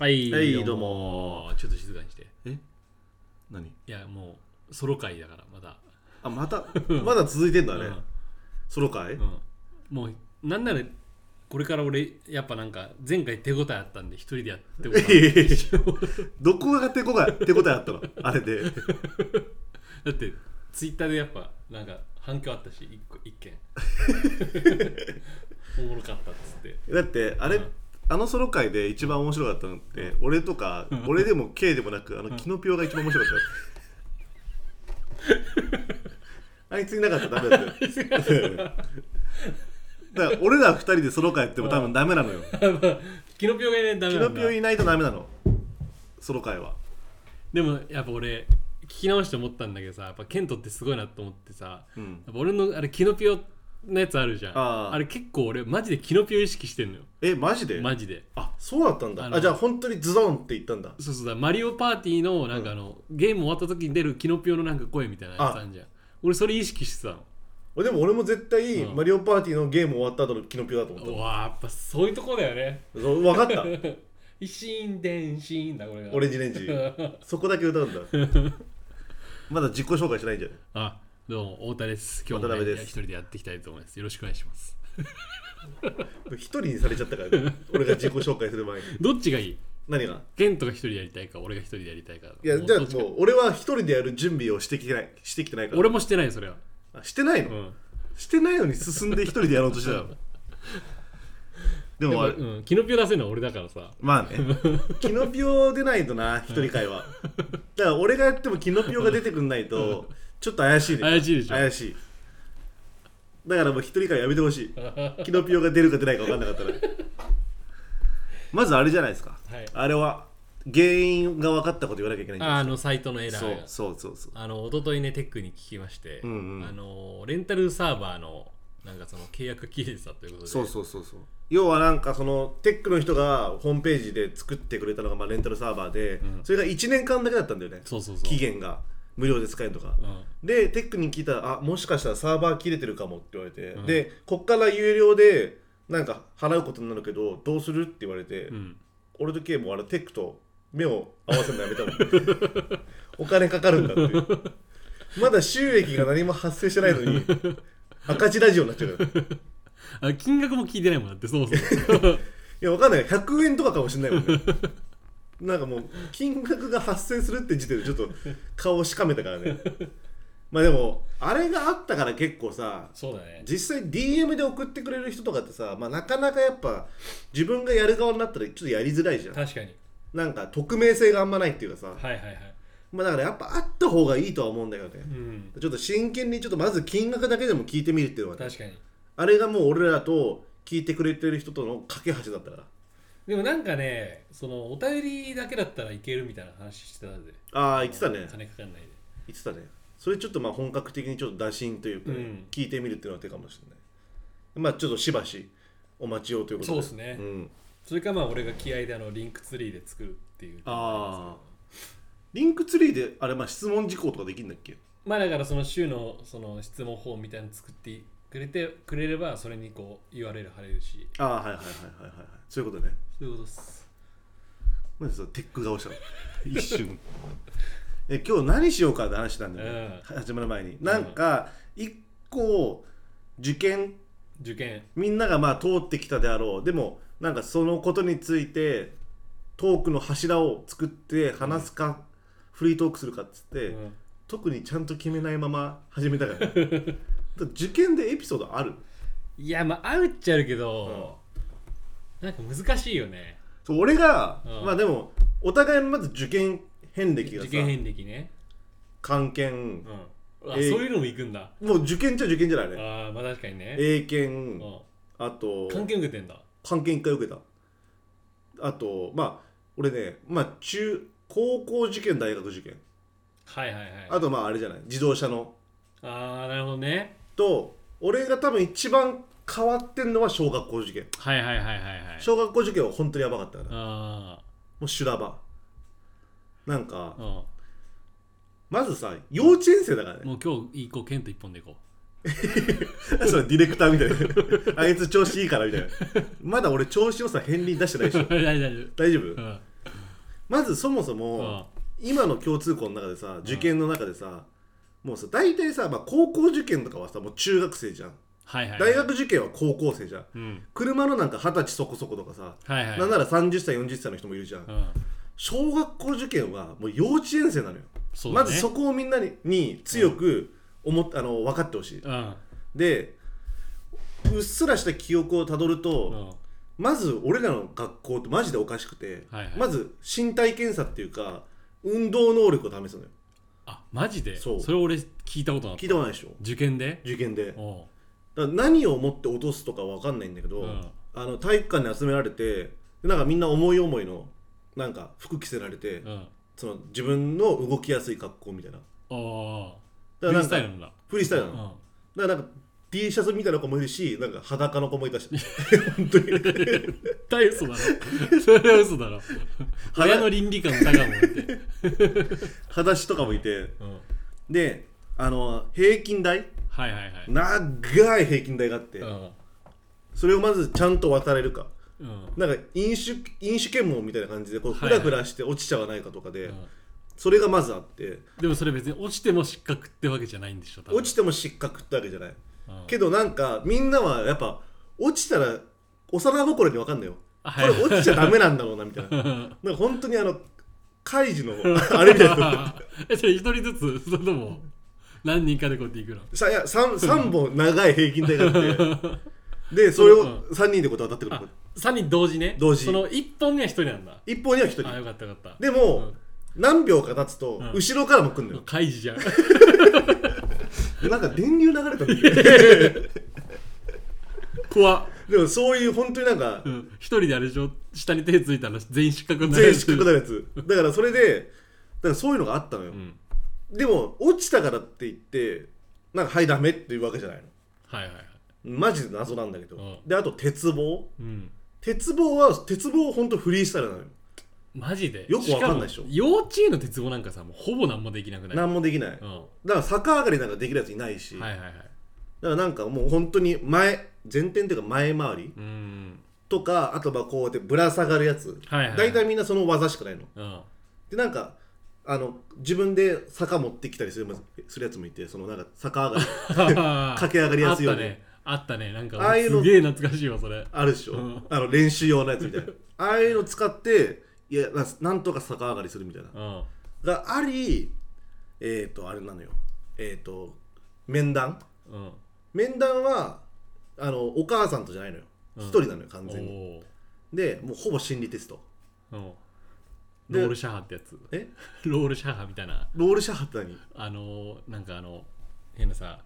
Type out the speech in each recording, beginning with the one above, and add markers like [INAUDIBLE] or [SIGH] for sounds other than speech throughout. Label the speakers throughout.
Speaker 1: はい、
Speaker 2: はいどうも
Speaker 1: ちょっと静かにして
Speaker 2: え何
Speaker 1: いやもうソロ回だからまだ
Speaker 2: あま [LAUGHS] たまだ続いてんだね、ソロ会、
Speaker 1: うんうんもうなんならこれから俺やっぱなんか前回手応えあったんで一人でやっても
Speaker 2: [LAUGHS]
Speaker 1: らう
Speaker 2: どこが手こが手応えあったの [LAUGHS] あれで
Speaker 1: だってツイッターでやっぱなんか反響あったし一個一
Speaker 2: [LAUGHS]
Speaker 1: 件おもろかったっつって [LAUGHS]
Speaker 2: だってあれ、
Speaker 1: うん
Speaker 2: あのソロ会で一番面白かったのって、俺とか、俺でも K でもなくあのキノピオが一番面白か [LAUGHS] った、あいついなかったらダメだったよだから俺ら二人でソロ会やっても多分ダメなのよ、
Speaker 1: キノピオがねダメ
Speaker 2: キ
Speaker 1: な
Speaker 2: ノ
Speaker 1: ん
Speaker 2: ピオ
Speaker 1: だ
Speaker 2: いないとダメなのソロ会は
Speaker 1: でもやっぱ俺聞き直して思ったんだけどさやっぱケントってすごいなと思ってさ、
Speaker 2: うん
Speaker 1: やっぱ俺のあれキノピオのやつあるじゃん
Speaker 2: あー
Speaker 1: れ結構俺マジでキノピオ意識してんのよ
Speaker 2: えマジで
Speaker 1: マジで
Speaker 2: あそうだったんだ
Speaker 1: あ
Speaker 2: あ
Speaker 1: の
Speaker 2: じゃあ本当にズドンって言ったんだ
Speaker 1: そうそうだマリオパーティーのなんかあの、ゲーム終わった時に出るキノピオのなんか声みたいなやつあんじゃん俺それ意識してたの
Speaker 2: 俺でも俺も絶対
Speaker 1: うん
Speaker 2: マリオパーティーのゲーム終わった後のキノピオだと思った
Speaker 1: うわーやっぱそういうとこだよね
Speaker 2: そう分か [LAUGHS] った
Speaker 1: 一心伝心だこれが
Speaker 2: オレンジレンジそこだけ歌うんだ [LAUGHS] まだ自己紹介しないんじゃない
Speaker 1: あどうも太田です今日も、
Speaker 2: 渡
Speaker 1: ね、
Speaker 2: 辺です
Speaker 1: 一人でやっていきたいと思いますよろしくお願いします
Speaker 2: 一人にされちゃったから、ね、俺が自己紹介する前に
Speaker 1: どっちがいい
Speaker 2: 何が
Speaker 1: ケントが一人でやりたいか俺が一人でやりたいか
Speaker 2: いやじゃあ
Speaker 1: どっちか
Speaker 2: もう俺は一人でやる準備をしてきてないしてきてないから
Speaker 1: 俺もしてないそれは
Speaker 2: あしてないの、
Speaker 1: うん
Speaker 2: してないのに進んで一人でやろうとしてたの [LAUGHS]
Speaker 1: で
Speaker 2: でも
Speaker 1: も、
Speaker 2: あれ
Speaker 1: うん、キノピオ出せるのは俺だからさ
Speaker 2: まあね [LAUGHS] キノピオ出ないとな一人会はだから俺がやってもキノピオが出てくんないとちょっと怪しいね
Speaker 1: 怪しいでしょ
Speaker 2: 怪しいだからもう一人会やめてほしいキノピオが出るか出ないか分かんなかったらまずあれじゃないですか、
Speaker 1: はい
Speaker 2: あれは原因が分かったこと言わなきゃいけないんじゃ
Speaker 1: あ
Speaker 2: な
Speaker 1: あ
Speaker 2: い
Speaker 1: のサイトのエ
Speaker 2: で
Speaker 1: ラ
Speaker 2: すか
Speaker 1: ーが
Speaker 2: そうそうそうそう
Speaker 1: あの一昨日ねテックに聞きまして、
Speaker 2: んうん
Speaker 1: あのレンタルサーバーのなんかその契約が切れてたということで
Speaker 2: そうそうそうそう要はなんかそのテックの人がホームページで作ってくれたのがまあレンタルサーバーで、それが1年間だけだったんだよね
Speaker 1: そうそうそう
Speaker 2: 期限が無料で使えるとか、
Speaker 1: うん
Speaker 2: でテックに聞いたら「あもしかしたらサーバー切れてるかも」って言われて、でこっから有料でなんか払うことになるけどどうするって言われて、
Speaker 1: ん
Speaker 2: 俺と K もあれテックと目を合わせるのやめたもん [LAUGHS] お金かかるんだっていうまだ収益が何も発生してないのに赤字ラジオになっちゃうからい
Speaker 1: あ金額も聞いてないもんだってそうそう
Speaker 2: やわかんない100円とかかもしれないもんねなんかもう金額が発生するって時点でちょっと顔をしかめたからねまあでもあれがあったから結構さ
Speaker 1: そうだね
Speaker 2: 実際 DM で送ってくれる人とかってさ、まあ、なかなかやっぱ自分がやる側になったらちょっとやりづらいじゃん
Speaker 1: 確かに
Speaker 2: なんか匿名性があんまないっていうかさ、
Speaker 1: はいはいはい
Speaker 2: まあ、だからやっぱあった方がいいとは思うんだけどね
Speaker 1: う、ん
Speaker 2: ちょっと真剣にちょっとまず金額だけでも聞いてみるっていうのはね
Speaker 1: 確かに
Speaker 2: あれがもう俺らと聞いてくれてる人との架け橋だったから
Speaker 1: でもなんかねそのお便りだけだったらいけるみたいな話してたんで
Speaker 2: ああ言ってたね
Speaker 1: 金かかんないで
Speaker 2: 言ってたねそれちょっとまあ本格的にちょっと打診というかね、
Speaker 1: うん
Speaker 2: 聞いてみるっていうのは手かもしれないまあちょっとしばしお待ちをということ
Speaker 1: そう
Speaker 2: で
Speaker 1: っすね
Speaker 2: ん
Speaker 1: それかまあ俺が気合であのリンクツリーで作るっていう
Speaker 2: ああリンクツリーであれまあ質問事項とかできるんだっけ
Speaker 1: まあだからその週のその質問フォームみたいなの作ってくれてくれればそれにこう URL 貼れるし
Speaker 2: ああはいはいはいはいはいはいそういうことね
Speaker 1: そういうことっす
Speaker 2: なんでそのテック [LAUGHS] 顔したの一瞬え今日何しようかって話したんだよね、始まる前になんか一個受験
Speaker 1: 受験
Speaker 2: みんながまあ通ってきたであろうでもなんかそのことについてトークの柱を作って話すか、フリートークするかっつって、
Speaker 1: うん
Speaker 2: 特にちゃんと決めないまま始めたから [LAUGHS] だから受験でエピソードある
Speaker 1: いやまあ合うっちゃあるけど、なんか難しいよね
Speaker 2: そう俺が、
Speaker 1: うん
Speaker 2: まあでもお互いのまず受験遍歴が
Speaker 1: 受
Speaker 2: さ
Speaker 1: 験遍歴ね
Speaker 2: 関検
Speaker 1: うんうわ
Speaker 2: えー
Speaker 1: そういうのも行くんだ
Speaker 2: もう受験っちゃ受験じゃないね
Speaker 1: ああまあ確かにね、
Speaker 2: 英検
Speaker 1: う
Speaker 2: あと
Speaker 1: ん、関係受けてんだ
Speaker 2: 関係1回受けたあとまあ俺ねまあ中高校受験大学受験
Speaker 1: はいはいはい
Speaker 2: あとまああれじゃない自動車の
Speaker 1: ああなるほどね
Speaker 2: と俺が多分一番変わってんのは小学校受験
Speaker 1: はいはいはいはいはい
Speaker 2: 小学校受験は本当にやばかったからも
Speaker 1: あ
Speaker 2: う修羅場なんか
Speaker 1: あうん
Speaker 2: まずさ幼稚園生だからね
Speaker 1: もう今日行こうケント一本で行こ
Speaker 2: [LAUGHS] それディレクターみたいな [LAUGHS] あいつ調子いいからみたいなまだ俺調子をさ片鱗出してないでしょ
Speaker 1: う [LAUGHS] 大丈夫
Speaker 2: 大丈夫
Speaker 1: うん
Speaker 2: まずそもそも、今の共通項の中でさ受験の中でさ、もうさ大体さ、まあ、高校受験とかはさもう中学生じゃん、
Speaker 1: はいはい
Speaker 2: 大学受験は高校生じゃん
Speaker 1: うん
Speaker 2: 車のなんか二十歳そこそことかさ、
Speaker 1: はいはい
Speaker 2: なんなら30歳40歳の人もいるじゃん、
Speaker 1: うん
Speaker 2: 小学校受験はもう幼稚園生なのよ、
Speaker 1: そうだ
Speaker 2: ま
Speaker 1: ね
Speaker 2: ずそこをみんなにに強く思っあの分かってほしい
Speaker 1: うん
Speaker 2: でうっすらした記憶をたどると、
Speaker 1: うん
Speaker 2: まず俺らの学校ってマジでおかしくて、
Speaker 1: はいはい
Speaker 2: まず身体検査っていうか運動能力を試すのよ
Speaker 1: あマジで
Speaker 2: そう
Speaker 1: れ俺聞いたことあっ
Speaker 2: 聞
Speaker 1: た
Speaker 2: いたことないでしょ
Speaker 1: 受験で
Speaker 2: 受験でだか
Speaker 1: おう
Speaker 2: ら何を持って落とすとかわかんないんだけど、
Speaker 1: うん
Speaker 2: あの体育館に集められてでなんかみんな思い思いのなんか服着せられて、
Speaker 1: うん
Speaker 2: その自分の動きやすい格好みたいな
Speaker 1: あ
Speaker 2: だ
Speaker 1: あフリ
Speaker 2: からな
Speaker 1: ー
Speaker 2: ん
Speaker 1: ス
Speaker 2: か
Speaker 1: タイルなんだ
Speaker 2: フリースタイルなの、
Speaker 1: うん
Speaker 2: だからなんか T シャツみたいな子もいるしなんか裸の子もいたし本当に
Speaker 1: 絶対嘘だろそれは嘘 [LAUGHS] だろ
Speaker 2: 腹
Speaker 1: 親の倫理観疑うもんって
Speaker 2: 裸足とかもいて
Speaker 1: うん
Speaker 2: であの平均台
Speaker 1: はいはいはい
Speaker 2: 長い平均台があって、
Speaker 1: うん
Speaker 2: それをまずちゃんと渡れるか
Speaker 1: うん
Speaker 2: なんか飲酒飲酒検問みたいな感じでこう
Speaker 1: は
Speaker 2: フ
Speaker 1: いは
Speaker 2: ラ
Speaker 1: い
Speaker 2: フラして落ちちゃわないかとかで、
Speaker 1: うん
Speaker 2: それがまずあって
Speaker 1: でもそれ別に落ちても失格ってわけじゃないんでしょ多分
Speaker 2: 落ちても失格ってわけじゃない、
Speaker 1: うん
Speaker 2: けどなんかみんなはやっぱ落ちたら幼心に分かんないよ
Speaker 1: あ
Speaker 2: こ
Speaker 1: はい
Speaker 2: れ落ちちゃダメなんだろうな
Speaker 1: [LAUGHS]
Speaker 2: みたいななんか本当にあのカイジのあれみたいな
Speaker 1: [LAUGHS] えそれ一人ずつそれとも何人かでこうやっていくの
Speaker 2: さいや 3, 3本長い平均台があってでそれ
Speaker 1: う
Speaker 2: を3人でこう渡ってくる
Speaker 1: あ3人同時ね
Speaker 2: 同時
Speaker 1: その1本には1人なんだ
Speaker 2: 一本には1人
Speaker 1: あよかったよかった
Speaker 2: でも、何秒か経つと、
Speaker 1: うん
Speaker 2: 後ろからも来んのよ
Speaker 1: 開示じゃん [LAUGHS]
Speaker 2: なんか電流流れたみたいな
Speaker 1: 怖っ
Speaker 2: [LAUGHS] でもそういう本当になんか
Speaker 1: うん一人であれでしょ下に手ついたら全員失格になる
Speaker 2: 全員失格になるやつだからそれでだからそういうのがあったのよ、
Speaker 1: うん
Speaker 2: でも落ちたからって言ってなんかはいダメっていうわけじゃないの
Speaker 1: はいはいはい
Speaker 2: マジで謎なんだけど、
Speaker 1: うん
Speaker 2: であと鉄棒
Speaker 1: うん
Speaker 2: 鉄棒は鉄棒本当フリースタイルなのよ
Speaker 1: マジで
Speaker 2: よくわかんないでしょ
Speaker 1: も幼稚園の鉄棒なんかさもうほぼ何もできなくない
Speaker 2: 何もできない、
Speaker 1: う
Speaker 2: だ
Speaker 1: ん
Speaker 2: から逆上がりなんかできるやついないし、
Speaker 1: はい
Speaker 2: だ
Speaker 1: はいはい
Speaker 2: からなんかもう本当に前前転っていうか前回り
Speaker 1: うん
Speaker 2: とかあとはこうやってぶら下がるやつ、
Speaker 1: はいはい
Speaker 2: 大体みんなその技しかないの [LAUGHS]
Speaker 1: うん
Speaker 2: でなんかあの自分で坂持ってきたりするまずするやつもいてそのなんか坂上
Speaker 1: [LAUGHS]
Speaker 2: がり
Speaker 1: 駆
Speaker 2: け上がりやすいよう
Speaker 1: あった
Speaker 2: に
Speaker 1: ねあったねなんか
Speaker 2: ああいうの
Speaker 1: すげえ懐かしいわそれ
Speaker 2: あるでしょ、
Speaker 1: うん
Speaker 2: あの練習用のやつみたいなああいうの使っていやななんとか逆上がりするみたいな
Speaker 1: うん
Speaker 2: がありえっ、ー、とあれなのよえっ、ー、と面談
Speaker 1: うん
Speaker 2: 面談はあのお母さんとじゃないのよ
Speaker 1: うん
Speaker 2: 一、人なのよ完全に
Speaker 1: お
Speaker 2: でもうほぼ心理テスト
Speaker 1: おうん
Speaker 2: で
Speaker 1: ロールシャハってやつ [LAUGHS]
Speaker 2: え
Speaker 1: ロールシャハみたいな
Speaker 2: ロールシャハタに
Speaker 1: あのーなんかあの変なさ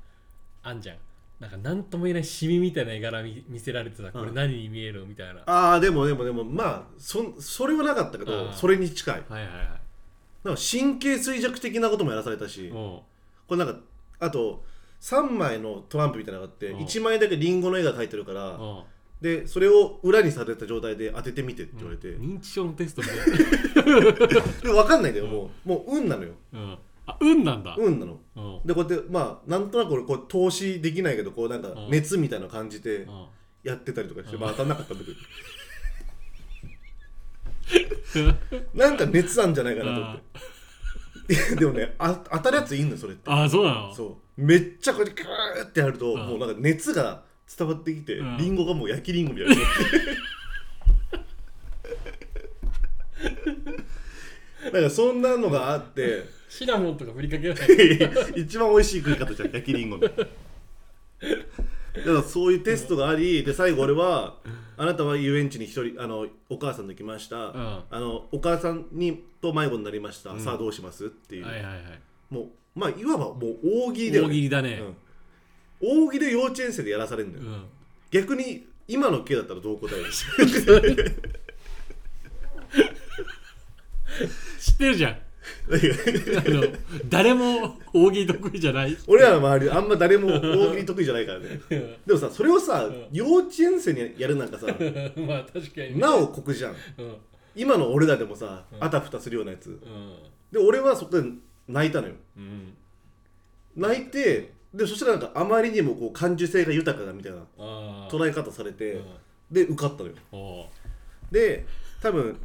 Speaker 1: あんじゃんなんか何とも言えないシミみたいな絵柄見見せられてさこれ何に見えるみたいなは
Speaker 2: ああでもでもでもまあそんそれはなかったけ
Speaker 1: あ
Speaker 2: ど
Speaker 1: ー
Speaker 2: それに近い
Speaker 1: いはいはい
Speaker 2: なんか神経衰弱的なこともやらされたし、
Speaker 1: お
Speaker 2: これなんかあと3枚のトランプみたいなのがあって、
Speaker 1: うん
Speaker 2: 1枚だけリンゴの絵が描いてるか
Speaker 1: う
Speaker 2: ら、
Speaker 1: おう
Speaker 2: でそれを裏にされた状態で当ててみてって言われて、
Speaker 1: 認知症のテストみたいな
Speaker 2: で分かんないんだよ、もうもう運なのよ
Speaker 1: うんあ運なんだ
Speaker 2: 運なの
Speaker 1: うん
Speaker 2: でこうやってまあなんとなく俺こう投資できないけどこうなんか
Speaker 1: うん
Speaker 2: 熱みたいなの感じて
Speaker 1: うん
Speaker 2: やってたりとかして、
Speaker 1: うん
Speaker 2: まあ当たんなかった
Speaker 1: [LAUGHS]
Speaker 2: んだけどなんか熱あんじゃないかなと思っていやでもねあ当たるやついいんだよそれって
Speaker 1: ああそうなの
Speaker 2: そうめっちゃこうやってグーってやると、
Speaker 1: うん
Speaker 2: もうなんか熱が伝わってきて、
Speaker 1: うん
Speaker 2: リンゴがもう焼きリンゴみたい
Speaker 1: [LAUGHS]
Speaker 2: になってなんかそんなのがあって
Speaker 1: シナモンとか振りかけられない
Speaker 2: 一番美味しい食い方じゃん焼きリンゴのだからそういうテストがありで最後俺は「あなたは遊園地に一人あのお母さんと来ました、
Speaker 1: ん
Speaker 2: あのお母さんにと迷子になりました、
Speaker 1: うん
Speaker 2: さあどうします?」っていう、
Speaker 1: はいはいはい
Speaker 2: もうまあいわばもう大喜利だよ
Speaker 1: 大
Speaker 2: ね
Speaker 1: 喜利だね
Speaker 2: うん、大喜利で幼稚園生でやらされるんだ
Speaker 1: う
Speaker 2: よ、
Speaker 1: ん
Speaker 2: 逆に今の系だったらどう答える
Speaker 1: 知ってるじゃんあ [LAUGHS] の誰も大喜利得意じゃ [LAUGHS] ない
Speaker 2: [LAUGHS] 俺らの周りあんま誰も大喜利得意じゃないからね
Speaker 1: うん
Speaker 2: でもさそれをさ、
Speaker 1: ん
Speaker 2: 幼稚園生にやるなんかさ
Speaker 1: まあ確かにね
Speaker 2: なお酷じゃん
Speaker 1: うん
Speaker 2: 今の俺らでもさ、あたふたするようなやつ
Speaker 1: うん
Speaker 2: で俺はそこで泣いたのよ
Speaker 1: うん
Speaker 2: 泣いてでそしたらなんかあまりにもこう感受性が豊かだみたいな
Speaker 1: ああ
Speaker 2: 捉え方されて、
Speaker 1: うん
Speaker 2: で受かったのよ
Speaker 1: おう
Speaker 2: で多分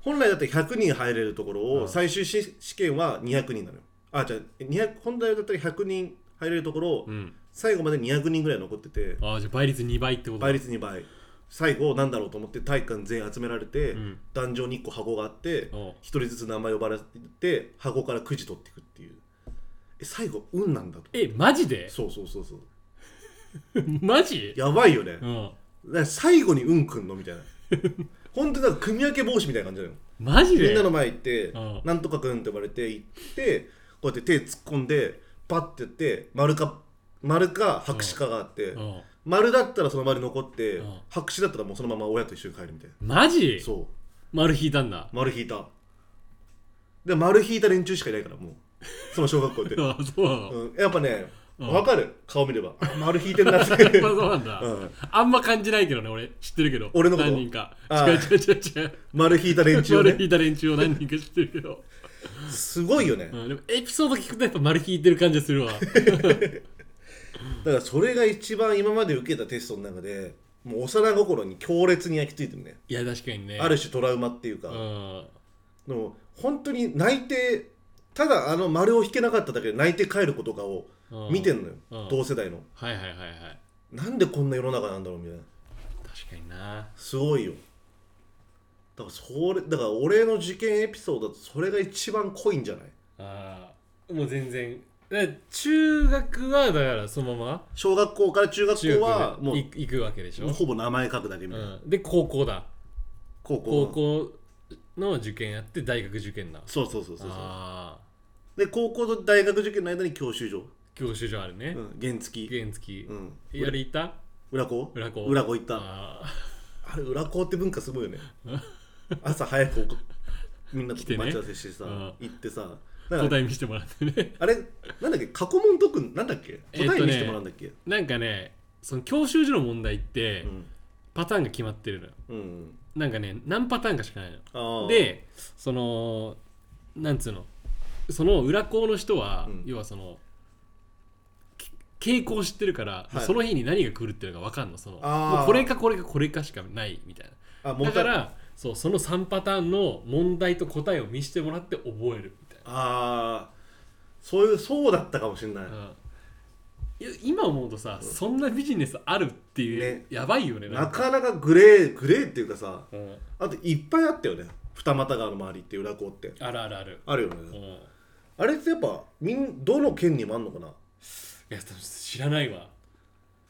Speaker 2: 本来だって100人入れるところ
Speaker 1: う
Speaker 2: を
Speaker 1: ん
Speaker 2: 最終し試験は200人なのよあじゃあ200本来だったら100人入れるところを
Speaker 1: うん
Speaker 2: 最後まで200人ぐらい残ってて
Speaker 1: ああじゃあ倍率2倍ってことだ
Speaker 2: 倍率2倍最後なんだろうと思って体育館全員集められて、
Speaker 1: うん
Speaker 2: 壇上に1個箱があって
Speaker 1: おう
Speaker 2: 一人ずつ名前呼ばれて箱からくじ取っていくっていうえ最後運なんだと
Speaker 1: えマジ
Speaker 2: [LAUGHS]
Speaker 1: で
Speaker 2: そうそうそうそう
Speaker 1: マジ
Speaker 2: やばいよね
Speaker 1: うん
Speaker 2: だから最後に運くんのみたいな本当になんか組み分け帽子みたいな感じだよ
Speaker 1: マジで
Speaker 2: みんなの前行って
Speaker 1: うん
Speaker 2: 「なんとかくん」って呼ばれて行ってこうやって手突っ込んでパッてやって丸か丸か白紙かがあって
Speaker 1: うん
Speaker 2: 丸だったらその場に残って
Speaker 1: うん
Speaker 2: 白紙だったらもうそのまま親と一緒に帰るみたいな
Speaker 1: マジ
Speaker 2: そ
Speaker 1: 丸引いたんだ
Speaker 2: う丸引いたで丸引いた連中しかいないからもうその小学校で、
Speaker 1: あそうなの、やっ
Speaker 2: うん、やっぱね
Speaker 1: うん
Speaker 2: 分かる顔見ればあ丸引いてんなって
Speaker 1: ぱ [LAUGHS] そうなんだ、
Speaker 2: うん
Speaker 1: あんま感じないけどね俺知ってるけど
Speaker 2: 俺のこと
Speaker 1: 何人か
Speaker 2: ああ
Speaker 1: 違う違う違う違う
Speaker 2: 丸引いた連中を
Speaker 1: 丸
Speaker 2: ね
Speaker 1: 引いた連中を何人か知ってるけど、
Speaker 2: すごいよね
Speaker 1: うん、でもエピソード聞くとやっぱ丸引いてる感じがする
Speaker 2: [LAUGHS]
Speaker 1: わ
Speaker 2: だからそれが一番今まで受けたテストの中でもう幼心に強烈に焼き付いてるね
Speaker 1: いや確かにね
Speaker 2: ある種トラウマっていうか、
Speaker 1: うん
Speaker 2: でも本当に泣いてただあの丸を引けなかっただけで泣いて帰ることかを
Speaker 1: うん
Speaker 2: 見てんのよ、
Speaker 1: うん
Speaker 2: 同世代の
Speaker 1: はいはいはいはい
Speaker 2: なんでこんな世の中なんだろうみたいな
Speaker 1: 確かにな
Speaker 2: すごいよだからそれだから俺の受験エピソードだとそれが一番濃いんじゃない
Speaker 1: ああもう全然だから中学はだからそのまま
Speaker 2: 小学校から中学
Speaker 1: 中
Speaker 2: 校は
Speaker 1: 学
Speaker 2: も
Speaker 1: で
Speaker 2: う
Speaker 1: い行くわけでしょ、
Speaker 2: ほぼ名前書くだけみ
Speaker 1: う
Speaker 2: たいな、
Speaker 1: ん、で高校だ
Speaker 2: 高校
Speaker 1: 高
Speaker 2: は
Speaker 1: 校の受験やって大学受験だ
Speaker 2: そうそうそうそうそう
Speaker 1: ああ
Speaker 2: で高校と大学受験の間に教習所
Speaker 1: 教習所あるね、
Speaker 2: うん原付き、
Speaker 1: 原付
Speaker 2: う、ん、
Speaker 1: やりた
Speaker 2: 裏子
Speaker 1: 裏子
Speaker 2: 裏子行ったあ
Speaker 1: あ
Speaker 2: れ裏子って文化すごいよね朝早く
Speaker 1: [LAUGHS]
Speaker 2: こうみんな
Speaker 1: 来
Speaker 2: と
Speaker 1: てね
Speaker 2: 待ち合わせしてさ、
Speaker 1: うん
Speaker 2: 行ってさ
Speaker 1: ー
Speaker 2: なんか
Speaker 1: 答え見せてもらってね [LAUGHS]
Speaker 2: あれなんだっけ過去問解くんなんだっけ
Speaker 1: えっとね
Speaker 2: 答え見せてもらうんだっけ、
Speaker 1: なんかねその教習所の問題ってパターンが決まってるのよ
Speaker 2: うん、うん、
Speaker 1: なんかね何パターンかしかないの
Speaker 2: あー、
Speaker 1: でそのなんつうのその裏校の人は、
Speaker 2: うん
Speaker 1: 要はそのけ傾向を知ってるから、
Speaker 2: はい
Speaker 1: その日に何が来るっていうのが分かんのその
Speaker 2: あー
Speaker 1: もうこれかこれかこれかしかないみたい
Speaker 2: あも
Speaker 1: な
Speaker 2: う
Speaker 1: だか
Speaker 2: 一回
Speaker 1: らそうその3パターンの問題と答えを見せてもらって覚えるみたい
Speaker 2: あーそういうそうだったかもしれない、
Speaker 1: な、うんいや今思うとさそんなビジネスあるっていう、
Speaker 2: ね
Speaker 1: やばいよね
Speaker 2: なん
Speaker 1: か
Speaker 2: かなかグレーグレーっていうかさ
Speaker 1: うん、
Speaker 2: あといっぱいあったよね二股川の周りって裏子って
Speaker 1: あるあるある、
Speaker 2: あるよね、
Speaker 1: うん、い
Speaker 2: あれってやっぱみんどの県にもあんのかな
Speaker 1: や知らないわ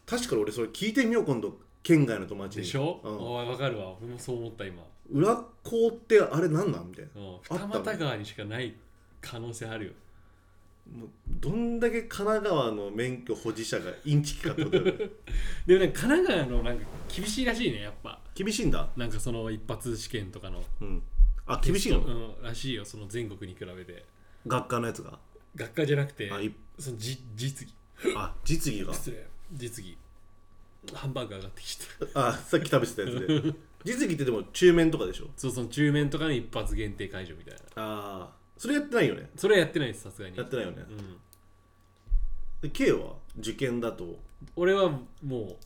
Speaker 2: 確かに俺それ聞いてみよう今度県外の友達
Speaker 1: で
Speaker 2: に
Speaker 1: しょ、おい分かるわ俺もそう思った今
Speaker 2: うん、裏校ってあれなんなんみたいな
Speaker 1: うん
Speaker 2: あった
Speaker 1: 二
Speaker 2: の
Speaker 1: 俣川にしかない可能性あるよ
Speaker 2: もうどんだけ神奈川の免許保持者がインチキかってことだよね
Speaker 1: でもなんか神奈川のなんか厳しいらしいねやっぱ
Speaker 2: 厳しいんだ
Speaker 1: なんかその一発試験とかの
Speaker 2: うんあ厳しいの、
Speaker 1: うん、らしいよその全国に比べて
Speaker 2: 学科のやつが
Speaker 1: 学科じゃなくて
Speaker 2: あい
Speaker 1: そのじ実技
Speaker 2: あ実技が
Speaker 1: 失礼実技ハンバーグ上がってきた
Speaker 2: あさっき食べてたやつ [LAUGHS] で実技ってでも中面とかでしょ
Speaker 1: そうその中面とかの一発限定解除みたいな
Speaker 2: ああそれやってないよね
Speaker 1: それはやってないですさすがに
Speaker 2: やってないよね
Speaker 1: うん、
Speaker 2: で K は受験だと
Speaker 1: 俺はも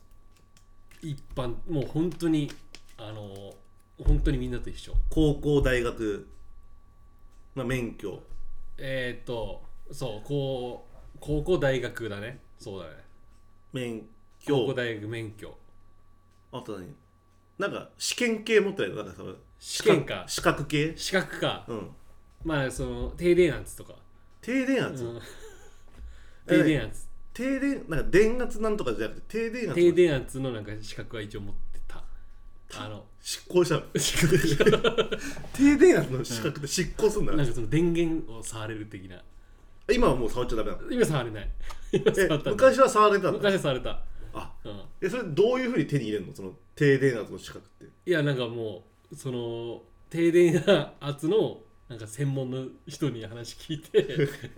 Speaker 1: う一般もう本当にあの本当にみんなと一緒
Speaker 2: 高校大学、まあ、免許
Speaker 1: えー、っとそうこう高校大学だねそうだね
Speaker 2: 免
Speaker 1: 高校
Speaker 2: 許
Speaker 1: 大学免許
Speaker 2: あと何なんか試験系持ってないのなんかさ
Speaker 1: 試験か
Speaker 2: 資格資格系
Speaker 1: 資格か
Speaker 2: うん
Speaker 1: まあその停電圧とか、
Speaker 2: 停電
Speaker 1: う
Speaker 2: 圧、 [LAUGHS]
Speaker 1: ん、
Speaker 2: え
Speaker 1: 停電圧
Speaker 2: 停電なんか電圧なんとかじゃなくて停電圧
Speaker 1: 停電圧のなんか資格は一応持って
Speaker 2: [LAUGHS]
Speaker 1: たあの [LAUGHS]
Speaker 2: 執行したの停電圧の資格で執行すんだ、
Speaker 1: なんかその電源を触れる的な
Speaker 2: 今はもう触っちゃダメなの
Speaker 1: 今触れない今
Speaker 2: え
Speaker 1: 触ったんだ
Speaker 2: 昔は触れたんだ
Speaker 1: 昔は触れた、
Speaker 2: あ
Speaker 1: うん、
Speaker 2: えそれどういうふうに手に入れるのその停電圧の資格って
Speaker 1: いやなんかもうその停電圧のなんか専門の人に話聞い
Speaker 2: [LAUGHS]
Speaker 1: て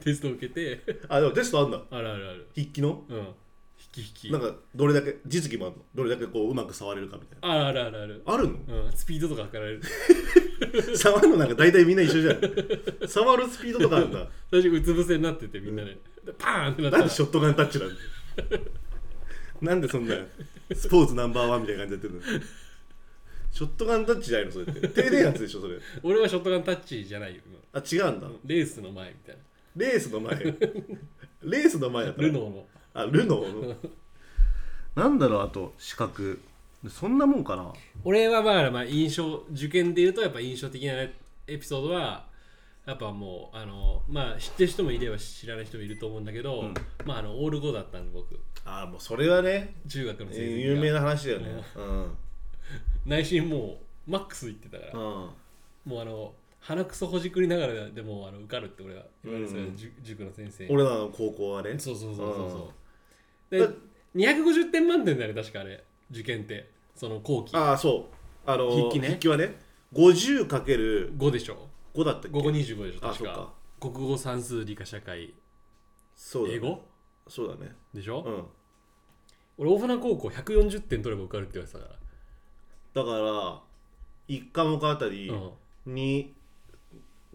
Speaker 1: テストを受けて
Speaker 2: あでもテストあんだ
Speaker 1: あるあるある
Speaker 2: 筆記の
Speaker 1: うん引き引き
Speaker 2: なんかどれだけ実技もあるのどれだけこううまく触れるかみたい
Speaker 1: あるあるあるある
Speaker 2: なあるの
Speaker 1: うん、スピードとか測られる
Speaker 2: 触るのなんか大体みんな一緒じゃん触るスピードとかあるんだ
Speaker 1: 最初うつ伏せになっててみんなで、でパーンってなった
Speaker 2: なんでショットガンタッチなんだよなんでそんなスポーツナンバーワンみたいな感じでやってるのショットガンタッチじゃないのそれって停電圧でしょそれ
Speaker 1: 俺はショットガンタッチじゃないよ今
Speaker 2: あ違うんだ
Speaker 1: レースの前みたいな
Speaker 2: レースの前レースの前だった
Speaker 1: ルノーの
Speaker 2: あルノーのなんだろうあと資格そんなもんかな
Speaker 1: 俺はまあまあ印象受験でいうとやっぱ印象的なエピソードはやっぱもうあのまあ知ってる人もいれば知らない人もいると思うんだけど、
Speaker 2: うん
Speaker 1: まああのオール5だったんで僕
Speaker 2: あもうそれはね
Speaker 1: 中学の成績が
Speaker 2: 有名な話だよねうん
Speaker 1: 内心もうマックスいってたから、
Speaker 2: うん
Speaker 1: もうあの鼻くそほじくりながらでもあの受かるって俺は言われてたから、
Speaker 2: うん
Speaker 1: じゅ塾の先生に
Speaker 2: 俺らの高校はね
Speaker 1: そうそうそうそうそう
Speaker 2: う
Speaker 1: で
Speaker 2: ん
Speaker 1: 250点満点だよね確かあれ受験ってその後期
Speaker 2: ああそうあの
Speaker 1: 筆記ね
Speaker 2: はね 50×5
Speaker 1: 5でしょ
Speaker 2: だったっけ
Speaker 1: 5五25でしょ
Speaker 2: あ
Speaker 1: 確
Speaker 2: そっか
Speaker 1: か国語算数理科社会
Speaker 2: そうだね
Speaker 1: 英語
Speaker 2: そうだね
Speaker 1: でしょ、
Speaker 2: うん
Speaker 1: 俺大船高校140点取れば受かるって言われてたか
Speaker 2: だから1科目あたり
Speaker 1: ら、うん
Speaker 2: に、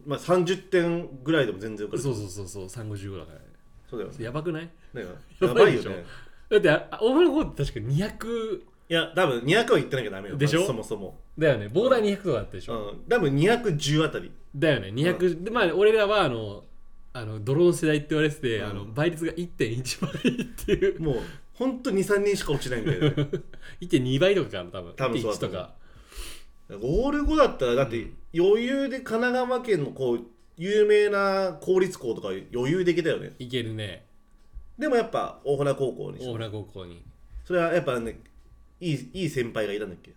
Speaker 2: まあ、30点ぐらいでも全然受かる
Speaker 1: そうそうそうそう355だからね
Speaker 2: そうだよね
Speaker 1: やばくない
Speaker 2: だか
Speaker 1: や
Speaker 2: ら
Speaker 1: ば
Speaker 2: や
Speaker 1: い
Speaker 2: ばいよ
Speaker 1: でし
Speaker 2: ね
Speaker 1: だってあ大船高校って確か200
Speaker 2: いや多分200は言ってなきゃダメよ
Speaker 1: でしょ
Speaker 2: まずそもそも、
Speaker 1: だよね膨大200とかだったでし
Speaker 2: う
Speaker 1: ょ、
Speaker 2: ん、多分210あたり
Speaker 1: だよね200、でまあ俺らはあのあの泥の世代って言われてて、
Speaker 2: うん
Speaker 1: あの倍率が1.1倍っていう [LAUGHS]
Speaker 2: もうほんと23人しか落ちないみたいな
Speaker 1: 1.2倍とかかな多分
Speaker 2: 多分そう
Speaker 1: 1.1
Speaker 2: だ
Speaker 1: と
Speaker 2: と思う
Speaker 1: か
Speaker 2: ゴール後だったらだって余裕で神奈川県のこう有名な公立校とか余裕でいけたよね
Speaker 1: いけるね
Speaker 2: でもやっぱ大船高校にし
Speaker 1: 大
Speaker 2: た
Speaker 1: 船高校に
Speaker 2: それはやっぱねいいいい先輩がいたんだっけ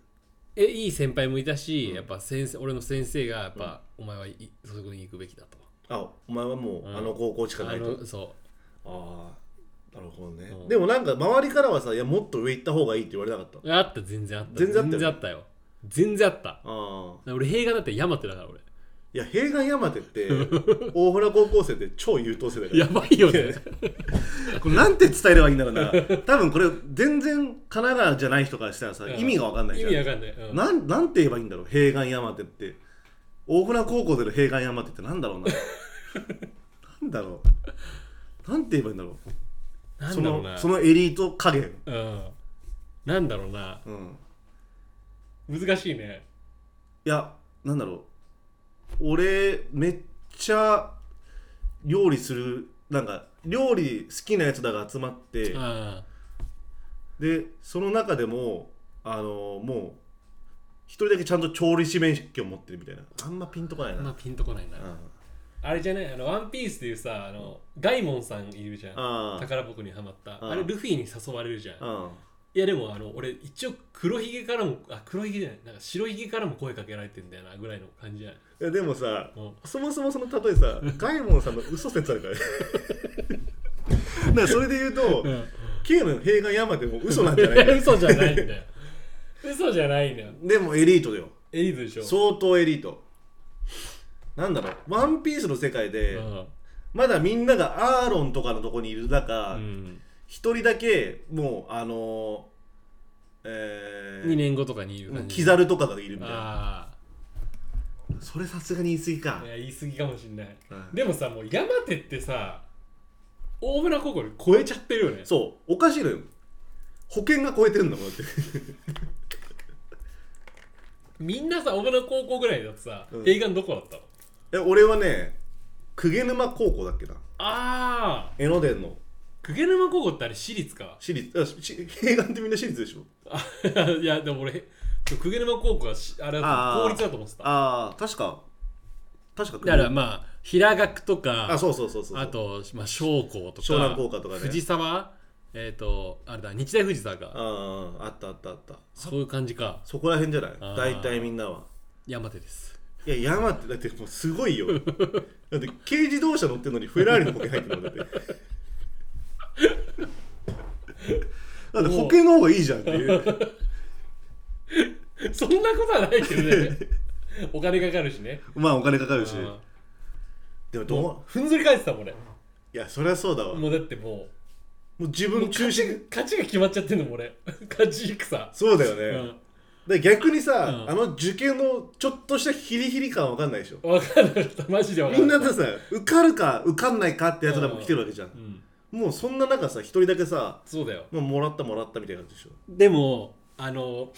Speaker 1: えいい先輩もいたし、やっぱ先生俺の先生がやっぱ、お前はいそこに行くべきだと
Speaker 2: あお前はもう
Speaker 1: うん
Speaker 2: あの高校しかな
Speaker 1: あ
Speaker 2: いと、
Speaker 1: のそ
Speaker 2: ああなるほどね、
Speaker 1: うん
Speaker 2: でもなんか周りからはさいやもっと上行った方がいいって言われなかったあ
Speaker 1: うあった全然あった
Speaker 2: 全然あったよね
Speaker 1: 全然あったよ全然あった
Speaker 2: あ
Speaker 1: 俺併願だって山手だから俺 [LAUGHS]
Speaker 2: いや平岩山手って [LAUGHS] 大船高校生って超優等生だか
Speaker 1: やばい
Speaker 2: [LAUGHS]
Speaker 1: よね
Speaker 2: らこれなんて伝えればいいんだろうな多分これ全然神奈川じゃない人からしたらさ
Speaker 1: うん
Speaker 2: 意味が分かんない
Speaker 1: 意
Speaker 2: じゃん
Speaker 1: 味わかんない、うん
Speaker 2: なんなんて言えばいいんだろう平岩山手って大船高校での平岩山手ってなんだろう [LAUGHS] ななんだろうなんて言えばいいんだろう
Speaker 1: なんだろうな
Speaker 2: そのそのエリート加減
Speaker 1: うんなんだろうな
Speaker 2: うん
Speaker 1: 難しいね
Speaker 2: いやなんだろう俺めっちゃ料理するなんか料理好きなやつらが集まって
Speaker 1: あ
Speaker 2: でその中でもあのもう一人だけちゃんと調理師免許を持ってるみたいなあんまピンとこない
Speaker 1: あん
Speaker 2: な、
Speaker 1: まピンとこないな、
Speaker 2: うん
Speaker 1: あれじゃないあのワンピースでいうさあのガイモンさんいるじゃん
Speaker 2: あ
Speaker 1: 宝箱にはまった
Speaker 2: うん
Speaker 1: あれルフィに誘われるじゃん
Speaker 2: あうん
Speaker 1: いやでもあの俺一応黒ひげからもあ黒ひげじゃないなんか白ひげからも声かけられてんだよなぐらいの感じじゃない
Speaker 2: いやでもさ
Speaker 1: うん
Speaker 2: そもそもその例えさガイモンさんの嘘説あるからね
Speaker 1: [LAUGHS]
Speaker 2: だからそれで言うと K の平岩山でも嘘なんじゃない
Speaker 1: いや
Speaker 2: か
Speaker 1: [LAUGHS] 嘘じゃないんだよ嘘じゃないんだよ
Speaker 2: でもエリートだよ
Speaker 1: エリートでしょ
Speaker 2: 相当エリートなんだろうワンピースの世界で、
Speaker 1: うん
Speaker 2: まだみんながアーロンとかのとこにいる中
Speaker 1: うん
Speaker 2: 一、人だけもうあのー、え
Speaker 1: 2年後とかにいる感
Speaker 2: ー、
Speaker 1: じ
Speaker 2: キザルとかがいるみたいな
Speaker 1: あ
Speaker 2: それさすがに言い過
Speaker 1: あ
Speaker 2: ぎか
Speaker 1: いや言い過ぎかもしんない
Speaker 2: うん
Speaker 1: でもさもう山手ってさ大村高校で超えちゃってるよね
Speaker 2: そうおかしいのよ保険が超えてるんだもんだって [LAUGHS]
Speaker 1: みんなさ大村高校ぐらいだとさ
Speaker 2: うん
Speaker 1: 映画どこだったの
Speaker 2: え俺はね鵠沼高校だっけな
Speaker 1: ああ
Speaker 2: 江ノ電の
Speaker 1: 鵠沼高校ってあれ私立か [LAUGHS]
Speaker 2: 私立あし平岩ってみんな私立でしょ
Speaker 1: あいやでも俺そう鵠沼高校はしあれだ
Speaker 2: あ
Speaker 1: と
Speaker 2: ー
Speaker 1: 公立だと思ってた
Speaker 2: ああ確か確か鵠
Speaker 1: だからまあ平学とか
Speaker 2: あそうそうそうそう
Speaker 1: あと、まあ、商工とか
Speaker 2: 湘南工科とかね
Speaker 1: 藤沢えっ、とあれだ日大藤沢か
Speaker 2: あああったあったあった
Speaker 1: そういう感じか
Speaker 2: そこら辺じゃない
Speaker 1: あー
Speaker 2: 大体みんなは
Speaker 1: 山手
Speaker 2: [LAUGHS]
Speaker 1: です
Speaker 2: いや山ってだってもうすごいよ [LAUGHS] だって軽自動車乗ってるのにフェラーリの保険入ってる [LAUGHS] のだってだって保険の方がいいじゃんっていう
Speaker 1: そんなことはないけどね [LAUGHS] お金かかるしね
Speaker 2: まあお金かかるし
Speaker 1: うん
Speaker 2: でもど
Speaker 1: もうふんぞり返ってたもん俺
Speaker 2: ういやそりゃそうだわも
Speaker 1: もうだっても
Speaker 2: う自
Speaker 1: うも
Speaker 2: 分
Speaker 1: う勝
Speaker 2: 中
Speaker 1: ち
Speaker 2: 心
Speaker 1: 勝ちが決まっちゃってんのもん俺 [LAUGHS] 勝ち戦
Speaker 2: そうだよ
Speaker 1: う
Speaker 2: ね、
Speaker 1: ん
Speaker 2: で逆にさ、
Speaker 1: うん
Speaker 2: あの受験のちょっとしたヒリヒリ感わかんないでしょ
Speaker 1: 分かんなかったマジで分か
Speaker 2: みん
Speaker 1: んな
Speaker 2: な
Speaker 1: かっ
Speaker 2: でさ受かるか受かんないかってやつらも来てるわけじゃん
Speaker 1: た、うん、
Speaker 2: もうそんな中さ一人だけさ
Speaker 1: そうだよ
Speaker 2: もうもらったもらったみたいな感じでしょ
Speaker 1: でもあの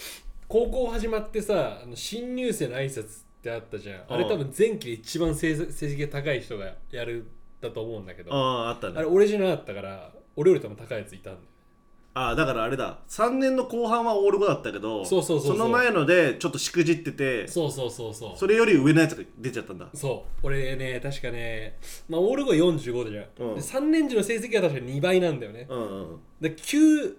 Speaker 1: 高校始まってさあの新入生の挨拶ってあったじゃんあれ
Speaker 2: うん
Speaker 1: 多分前期で一番成績成績が高い人がやるだと思うんだけど
Speaker 2: あ
Speaker 1: あ
Speaker 2: ああった
Speaker 1: れ
Speaker 2: ね
Speaker 1: 俺じゃなかったから俺より多分高いやついたんだよ
Speaker 2: ああだからあれだ3年の後半はオール5だったけど
Speaker 1: そうそうそうそう
Speaker 2: の前のでちょっとしくじってて
Speaker 1: そうそうそうそう
Speaker 2: それより上のやつが出ちゃったんだ
Speaker 1: そう俺ね確かね、まあ、オール5 45でじゃん、
Speaker 2: うん
Speaker 1: で3年時の成績は確か2倍なんだよね、
Speaker 2: うんうんうん
Speaker 1: で9、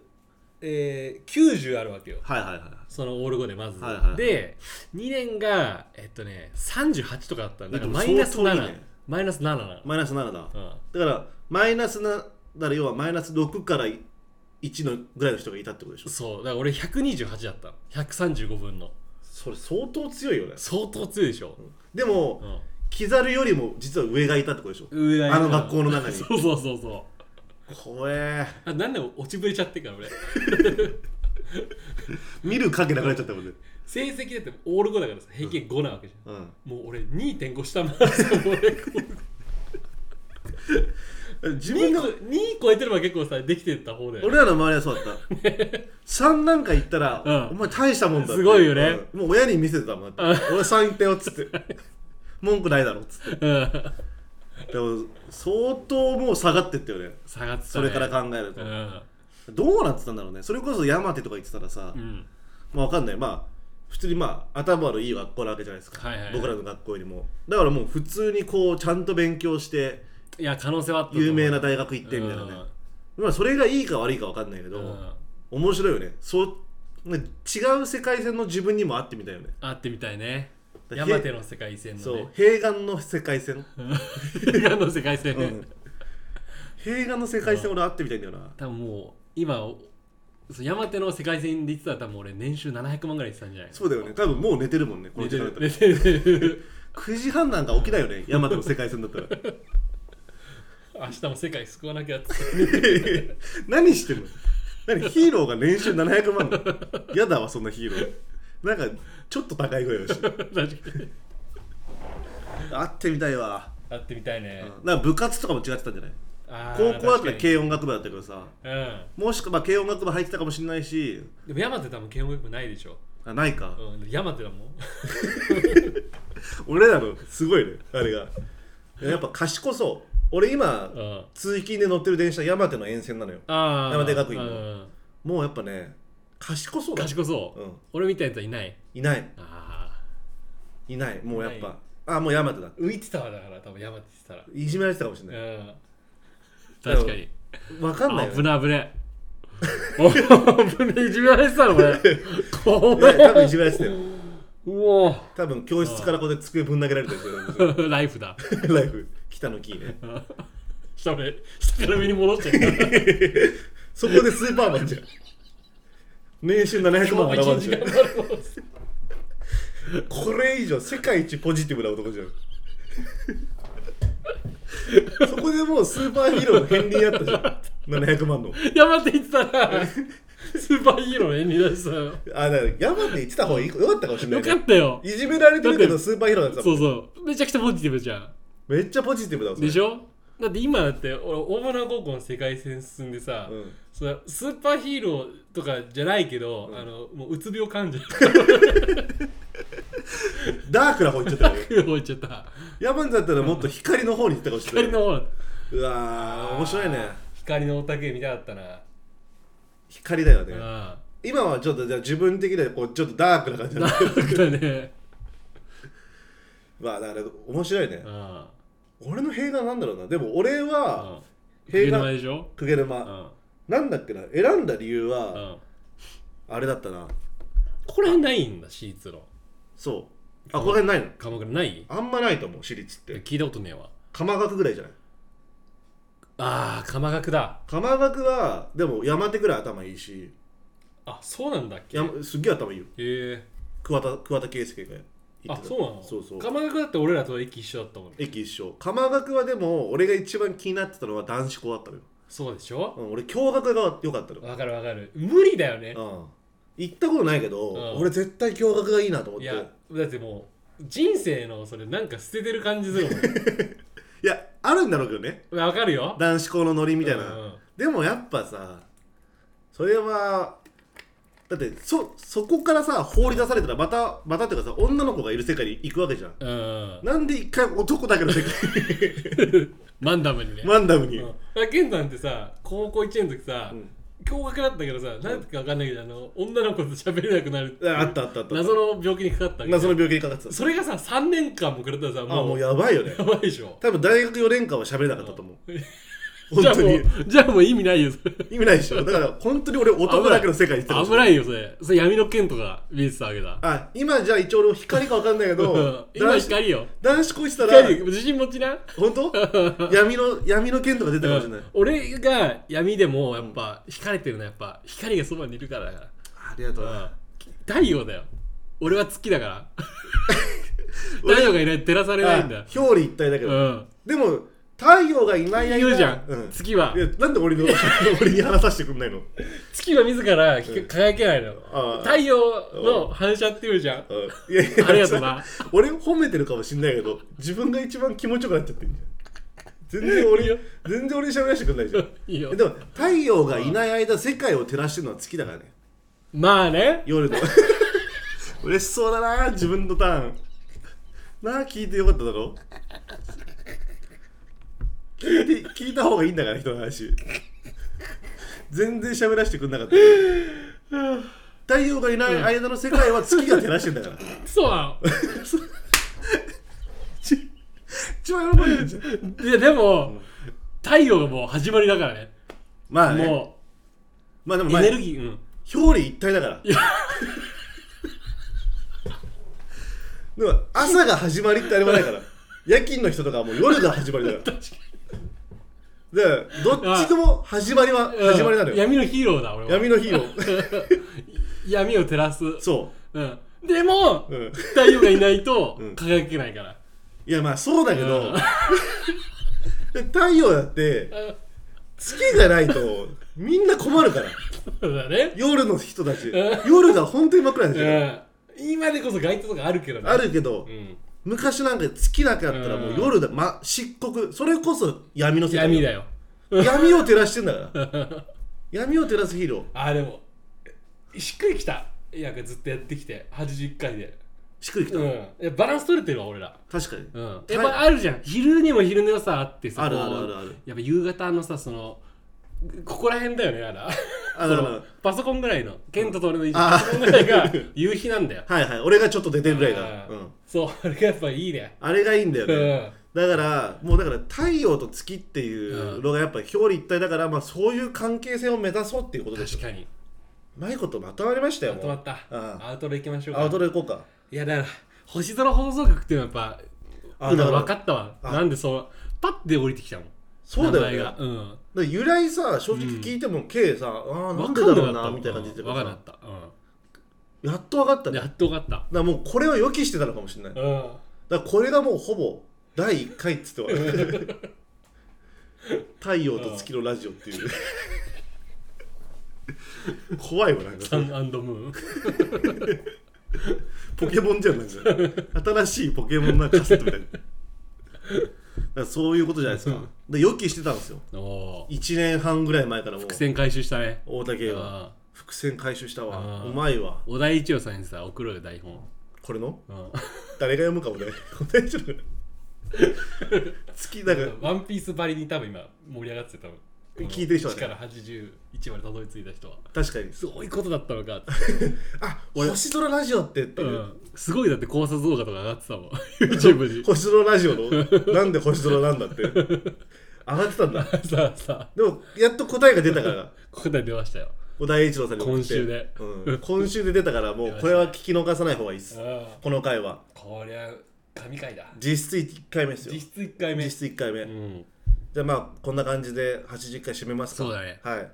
Speaker 1: えー、90あるわけよ
Speaker 2: はいはいはいはい
Speaker 1: そのオール5でまず、
Speaker 2: はいはいはい
Speaker 1: で2年がえっとね38とかあったんだ
Speaker 2: え
Speaker 1: から
Speaker 2: でも
Speaker 1: マイナス
Speaker 2: 相当いい
Speaker 1: 7、
Speaker 2: ね
Speaker 1: マイナス7なの、
Speaker 2: マイナス7だだ
Speaker 1: うん
Speaker 2: からマイナスなだから要はマイナス6から1のぐらいの人がいたってことでしょ
Speaker 1: そうだから俺128だったの135分の
Speaker 2: それ相当強いよね
Speaker 1: 相当強いでしょ、
Speaker 2: でも、
Speaker 1: うん
Speaker 2: キザルよりも実は上がいたってことでしょ
Speaker 1: 上がいた
Speaker 2: あの学校の中
Speaker 1: [LAUGHS]
Speaker 2: に
Speaker 1: そうそうそうそう
Speaker 2: 怖え
Speaker 1: あなんで落ちぶれちゃってっから俺 [LAUGHS]
Speaker 2: 見る影なくなっちゃったもんね
Speaker 1: 成績だってオール5だからさ平均5なわけじゃん
Speaker 2: うん
Speaker 1: もう俺2.5下
Speaker 2: [LAUGHS]
Speaker 1: 回るさもう俺こう
Speaker 2: え自分
Speaker 1: 2,
Speaker 2: の
Speaker 1: 個2超えてれば結構さできてた方だよ
Speaker 2: 俺らの周りはそうだった、3な
Speaker 1: [LAUGHS]
Speaker 2: んか行ったら、
Speaker 1: うん
Speaker 2: お前大したもんだって
Speaker 1: すごいよね、
Speaker 2: うんもう親に見せてたもんだって、俺3行ったよっつって文句ないだろっつっ
Speaker 1: うん
Speaker 2: てでも相当もう下がってったよね
Speaker 1: 下がってた、ね、
Speaker 2: それから考えると、
Speaker 1: うん
Speaker 2: どうなってたんだろうねそれこそ山手とか行ってたらさ、
Speaker 1: うん
Speaker 2: まあわかんないまあ普通にまあ頭のいい学校なわけじゃないですか、
Speaker 1: はいはいはい
Speaker 2: 僕らの学校よりもだからもう普通にこうちゃんと勉強して
Speaker 1: いや可能性はあったと思う
Speaker 2: 有名な大学行ってみたいなね、まあそれがいいか悪いかわかんないけ
Speaker 1: う
Speaker 2: ど、
Speaker 1: んうん
Speaker 2: 面白いよねそうね違う世界線の自分にも会ってみたいよね
Speaker 1: 会ってみたいね
Speaker 2: だ
Speaker 1: 山手の世界線の
Speaker 2: そう
Speaker 1: ね
Speaker 2: 平眼の世界線、
Speaker 1: 映画の世界線
Speaker 2: う
Speaker 1: ね、
Speaker 2: ん、平眼の世界線俺会ってみたいんだよな
Speaker 1: 多分もう今おそう山手の世界線で言ってたら多分俺年収700万ぐらい言ってたんじゃない
Speaker 2: そうだよね多分もう寝てるもんねこの
Speaker 1: 寝
Speaker 2: 時
Speaker 1: て
Speaker 2: 間だっ
Speaker 1: る
Speaker 2: たら
Speaker 1: 寝てる寝てる
Speaker 2: 9時半なんか起きないよね山手の世界線だったら
Speaker 1: 明
Speaker 2: [LAUGHS]
Speaker 1: 日も世界救わなきゃっつって
Speaker 2: 何してんの何ヒーローが年収700万やだわそんなヒーローなんかちょっと高い声をして
Speaker 1: 確かに
Speaker 2: 会ってみたいわ、
Speaker 1: 会ってみたいね
Speaker 2: うん、なんか部活とかも違ってたんじゃない
Speaker 1: あ
Speaker 2: 高
Speaker 1: ー
Speaker 2: 校
Speaker 1: 確
Speaker 2: だったら
Speaker 1: かに
Speaker 2: 軽音楽部だったけどさ
Speaker 1: うん
Speaker 2: もしくは軽音楽部入ってたかもしれないし
Speaker 1: でも山手多分嫌悪くないでしょ、
Speaker 2: あないか、
Speaker 1: うん、山手だもん
Speaker 2: 俺らのすごいねあれがやっぱ賢 [LAUGHS] そう俺今
Speaker 1: うん
Speaker 2: 通勤で乗ってる電車山手の沿線なのよ
Speaker 1: ああ
Speaker 2: 山手学院の
Speaker 1: うん
Speaker 2: もうやっぱね賢そうだ
Speaker 1: 賢そう、
Speaker 2: うん
Speaker 1: 俺みたいなやつはいない
Speaker 2: いない
Speaker 1: あ
Speaker 2: いないもうやっ
Speaker 1: いない
Speaker 2: ぱあもう山手だ
Speaker 1: あ浮いてたわだから多分山手って言っ
Speaker 2: いじめられてたかもしれ
Speaker 1: た
Speaker 2: ない
Speaker 1: ら、うん確かに
Speaker 2: わかんないよ、
Speaker 1: 危
Speaker 2: ね、
Speaker 1: ない危ない危ねえいじめられてたのこれ [LAUGHS] 怖
Speaker 2: ね多分い
Speaker 1: え
Speaker 2: じめられてた
Speaker 1: [LAUGHS]
Speaker 2: よ
Speaker 1: うお
Speaker 2: 多分教室からこうやって机ぶん投げられてるんですよ
Speaker 1: ーライフだ
Speaker 2: ライフ北のキーね
Speaker 1: 下目下から上に戻っちゃ [LAUGHS] った
Speaker 2: そこでスーパーマンじゃん年収700
Speaker 1: 今
Speaker 2: 万
Speaker 1: も一
Speaker 2: 払わん
Speaker 1: 日
Speaker 2: じゃん
Speaker 1: 頑張ろう
Speaker 2: これ以上世界一ポジティブな男じゃんそこでもうスーパーヒーローの片鱗やったじゃん700万の
Speaker 1: 山手行ってたらスーパーヒーローの演技出したよ
Speaker 2: あだから山手行ってた方がいいよかったかもしれ
Speaker 1: よ
Speaker 2: な
Speaker 1: か
Speaker 2: い、
Speaker 1: っ
Speaker 2: ね、
Speaker 1: たよ
Speaker 2: いじめられてるけ
Speaker 1: だ
Speaker 2: ど
Speaker 1: っ
Speaker 2: スーパーヒーローだった
Speaker 1: そ
Speaker 2: も
Speaker 1: うんそうめちゃくちゃポジティブじゃん
Speaker 2: めっちゃポジティブだわそれ
Speaker 1: でしょだって今だって俺大村高校の世界線進んでさ、
Speaker 2: うん
Speaker 1: そのスーパーヒーローとかじゃないけど、
Speaker 2: ん
Speaker 1: あのもううつ病患者 [LAUGHS]
Speaker 2: ダークな方行っちゃったよね
Speaker 1: 動いちゃった
Speaker 2: 山手だったらもっと光の方に行ったかもしれ
Speaker 1: 光
Speaker 2: ない
Speaker 1: の方
Speaker 2: うわー面白いね
Speaker 1: 光のおたけ見たかったな、
Speaker 2: 光だよね、
Speaker 1: あ
Speaker 2: 今はちょっとじゃあ自分的にはこうちょっとダークな感じ
Speaker 1: あ
Speaker 2: だね
Speaker 1: なんかね
Speaker 2: まあだから面白いね、
Speaker 1: うん
Speaker 2: 俺の映画なんだろうなでも俺
Speaker 1: う
Speaker 2: は
Speaker 1: ん
Speaker 2: 映
Speaker 1: 昼
Speaker 2: 画
Speaker 1: 間でしょ
Speaker 2: クゲル
Speaker 1: う
Speaker 2: マ、
Speaker 1: ん
Speaker 2: なんだっけな選んだ理由
Speaker 1: う
Speaker 2: は、
Speaker 1: ん
Speaker 2: あれだったな
Speaker 1: これないんだ私立の
Speaker 2: そうあこの辺ないの
Speaker 1: 科目ない
Speaker 2: あんまないと思う私立って
Speaker 1: 聞いたことねえわ
Speaker 2: 鎌学ぐらいじゃない
Speaker 1: ああ鎌学だ
Speaker 2: 鎌学はでも山手ぐらい頭いいし
Speaker 1: あそうなんだっけへ
Speaker 2: 山すっげえ頭いいよ
Speaker 1: え
Speaker 2: 桑田桑田佳祐が行
Speaker 1: あ
Speaker 2: ってた
Speaker 1: そうなの
Speaker 2: そうそう
Speaker 1: 鎌学だって俺らと駅一緒だったもんね
Speaker 2: 駅一緒鎌学はでも俺が一番気になってたのは男子校だったのよ、
Speaker 1: そうでしょ
Speaker 2: うん、俺共学が良かったの、
Speaker 1: わかるわかる無理だよね
Speaker 2: うん、行ったことないけど、
Speaker 1: うん
Speaker 2: 俺絶対共学がいいなと思っ
Speaker 1: い
Speaker 2: ていや
Speaker 1: やだってもう人生のそれなんか捨ててる感じするも
Speaker 2: [LAUGHS]
Speaker 1: ん
Speaker 2: あるんだろうけどね
Speaker 1: わかるよ
Speaker 2: 男子校のノリみ
Speaker 1: み
Speaker 2: たいな、でもやっぱさそれはだってそそこからさ放り出されたらまたまたっていうかさ女の子がいる世界に行くわけじゃん
Speaker 1: うん
Speaker 2: なんで一回男だけ [LAUGHS] の世界
Speaker 1: マンダムにね、
Speaker 2: マンダ
Speaker 1: う
Speaker 2: ムに、
Speaker 1: ん、だからケンさんってさ高校1年の時さ、
Speaker 2: うん
Speaker 1: 驚愕だったけどさ何か分かんないけどあの女の子と喋れなくなる
Speaker 2: ああったあったあった
Speaker 1: 謎の病気にかかったわけ
Speaker 2: 謎の病気にかかってた
Speaker 1: それがさ3年間も食らったらさ
Speaker 2: あも
Speaker 1: も
Speaker 2: う
Speaker 1: う
Speaker 2: やばいよね
Speaker 1: やばいでしょ
Speaker 2: 多分大学4年間は喋れなかったと思う [LAUGHS] 本
Speaker 1: じゃあ
Speaker 2: 当
Speaker 1: も
Speaker 2: に
Speaker 1: うじゃあもう意味ないよそれ
Speaker 2: 意味ないでしょだから本当に
Speaker 1: [LAUGHS]
Speaker 2: 俺男だけの世界に行ってたかもし
Speaker 1: 危
Speaker 2: れない
Speaker 1: ないよそれそれ闇の剣とか見えてたわけだ
Speaker 2: あ今じゃあ一応俺光か分かんないけ
Speaker 1: う
Speaker 2: ど
Speaker 1: ん今
Speaker 2: 男子
Speaker 1: 光よ
Speaker 2: 男子こいつたら
Speaker 1: 光自信持ちな
Speaker 2: 本当闇の闇の剣とか出たかもしれない、
Speaker 1: うん俺が闇でもやっぱ光れてるのはやっぱ光がそばにいるからだか
Speaker 2: ありがとう
Speaker 1: ら
Speaker 2: な、
Speaker 1: 太陽だよ俺は月だから
Speaker 2: [LAUGHS]
Speaker 1: 太陽
Speaker 2: 俺
Speaker 1: がいないと照らされないんだよ
Speaker 2: あ表裏一体だけ
Speaker 1: う
Speaker 2: ど、
Speaker 1: ん
Speaker 2: でも太陽がいない間
Speaker 1: 言うじゃん、
Speaker 2: うん、
Speaker 1: 月はい
Speaker 2: やなんで俺の俺に話させてくんないの
Speaker 1: 月は自ら光輝けないの
Speaker 2: ああ
Speaker 1: 太陽の反射って言うじゃん
Speaker 2: うんいやいや
Speaker 1: ありがとうな
Speaker 2: [LAUGHS] 俺褒めてるかもしんないけど自分が一番気持ちよくなっちゃってんじゃん全然俺
Speaker 1: いいよ
Speaker 2: 全然俺に喋らせてくんないじゃん
Speaker 1: いいよ
Speaker 2: でも太陽がいない間世界を照らしてるのは月だからね
Speaker 1: まあね
Speaker 2: 夜の [LAUGHS] 嬉しそうだな自分のターンなあ聞いてよかっただろ聞いて聞いた方がいいんだから人の話全然喋らせてくんなかった太陽がいない間の世界は月が照らしてんだから
Speaker 1: そうな
Speaker 2: 一番喜んでるじゃん
Speaker 1: のいやでも太陽がもう始まりだからね
Speaker 2: まあね
Speaker 1: も
Speaker 2: まあでも
Speaker 1: う
Speaker 2: ま
Speaker 1: エネ
Speaker 2: あ
Speaker 1: ルギー、うん、
Speaker 2: 表裏一体だからでも朝が始まりってあれはないから夜勤の人とかはもう夜が始ま
Speaker 1: [LAUGHS]
Speaker 2: りだからでどっちとも始まりは始まりなの
Speaker 1: う
Speaker 2: よ
Speaker 1: ん闇のヒーローだ俺は
Speaker 2: 闇のヒ
Speaker 1: [LAUGHS]
Speaker 2: ーロー
Speaker 1: 闇を照らす、
Speaker 2: そう
Speaker 1: ん、でも、
Speaker 2: う、うん、
Speaker 1: 太陽がいないと
Speaker 2: うん
Speaker 1: 輝けないから、
Speaker 2: いやまあそうだけ
Speaker 1: う
Speaker 2: ど
Speaker 1: ん
Speaker 2: で太陽だって月がないとみんな困るから
Speaker 1: そうだね、
Speaker 2: 夜の人たち
Speaker 1: う
Speaker 2: 夜が本当に真っ暗なんですよ
Speaker 1: うん、今でこそ街灯とかあるけどね
Speaker 2: あ、るけど
Speaker 1: うん、
Speaker 2: 昔なんか月だけあったらもう夜だ、ま、漆黒それこそ闇の世界
Speaker 1: 闇だよ
Speaker 2: 闇を照らしてんだから
Speaker 1: [LAUGHS]
Speaker 2: 闇を照らすヒーロ
Speaker 1: あでもしっくりきたいやずっとやってきて81回で、
Speaker 2: ーしっくりきた、
Speaker 1: うん、いやバランス取れてるわ俺ら
Speaker 2: 確かに、
Speaker 1: うん、やっぱあるじゃん昼にも昼寝はさあってさ
Speaker 2: ある
Speaker 1: こう
Speaker 2: あるあるある
Speaker 1: やっぱ夕方のさそのここら辺だよねあら [LAUGHS]
Speaker 2: あだから
Speaker 1: パソコンぐらいのケントと俺の一緒
Speaker 2: あー
Speaker 1: パソコンぐらいが [LAUGHS] 夕日なんだよ
Speaker 2: はいはい俺がちょっと出てるぐらいだ、
Speaker 1: う
Speaker 2: うんん、
Speaker 1: そうあれがやっぱいいね
Speaker 2: あれがいいんだよ
Speaker 1: う
Speaker 2: ね、
Speaker 1: ん
Speaker 2: だからもうだから太陽と月っていうのがやっぱ表裏一体だから、まあ、そういう関係性を目指そうっていうことでしょ
Speaker 1: 確かに
Speaker 2: うまいことまとまりましたよ
Speaker 1: ま
Speaker 2: も
Speaker 1: と
Speaker 2: う
Speaker 1: まった
Speaker 2: うん
Speaker 1: アウトロ行きましょう
Speaker 2: あアウト
Speaker 1: か
Speaker 2: ロ行こうか
Speaker 1: いやだから星空放送局っていうのはやっぱ
Speaker 2: あ
Speaker 1: 今
Speaker 2: だから
Speaker 1: 分かったわ
Speaker 2: あ
Speaker 1: なんでそうパッて降りてきたもん
Speaker 2: そうだよね
Speaker 1: 名前が
Speaker 2: だか
Speaker 1: うん
Speaker 2: ら由来さ正直聞いても K さ、ああなんでだろうなみたいな感じで
Speaker 1: 分かんなかったう
Speaker 2: やっと分かった
Speaker 1: ん
Speaker 2: ね
Speaker 1: や
Speaker 2: だか
Speaker 1: っと分かった
Speaker 2: らもうこれを予期してたのかもしれない
Speaker 1: うん
Speaker 2: だからこれがもうほぼ第1回っつっては
Speaker 1: [LAUGHS]
Speaker 2: 太陽と月のラジオっていう怖いわなん
Speaker 1: サ
Speaker 2: か
Speaker 1: ンムーン
Speaker 2: [LAUGHS] ポケモンじゃんなんか新しいポケモンなカセットみたいなだからそういうことじゃないですかで予期してたんですよ
Speaker 1: おー
Speaker 2: 1年半ぐらい前からもう
Speaker 1: 伏線回収したね
Speaker 2: 大竹
Speaker 1: あ
Speaker 2: は伏線回収したわ
Speaker 1: あー
Speaker 2: うまいわ
Speaker 1: ー小田一郎さんにさ送ろうよ台本
Speaker 2: これの
Speaker 1: うん
Speaker 2: [LAUGHS] 誰が読むかもね [LAUGHS] 大丈夫月だから
Speaker 1: ワンピースばりに多分今盛り上がってた多分
Speaker 2: 聞いてる人は
Speaker 1: は
Speaker 2: ね
Speaker 1: から81までたどり着いた
Speaker 2: [LAUGHS]
Speaker 1: 人は
Speaker 2: 確かに
Speaker 1: すごいことだったのかって、
Speaker 2: あ星空ラジオってって
Speaker 1: う、
Speaker 2: [LAUGHS] いうん
Speaker 1: すごいだって考察動画とか上がってたもん YouTube に
Speaker 2: 星空ラジオのなんで星空なんだって上がってたんだ
Speaker 1: [LAUGHS] さあさあ
Speaker 2: でもやっと答えが出たから
Speaker 1: 答え出ましたよ
Speaker 2: 小田栄一郎さんに送って
Speaker 1: 今週で
Speaker 2: うん、今週で出たからもうこれは聞き逃さない方がいいです
Speaker 1: あ
Speaker 2: この回は
Speaker 1: こりゃ神回だ
Speaker 2: 実質1回目ですよ
Speaker 1: 実質1回目
Speaker 2: 実質1回目、
Speaker 1: うん、
Speaker 2: じゃあまあこんな感じで80回締めますか
Speaker 1: そうだね
Speaker 2: はい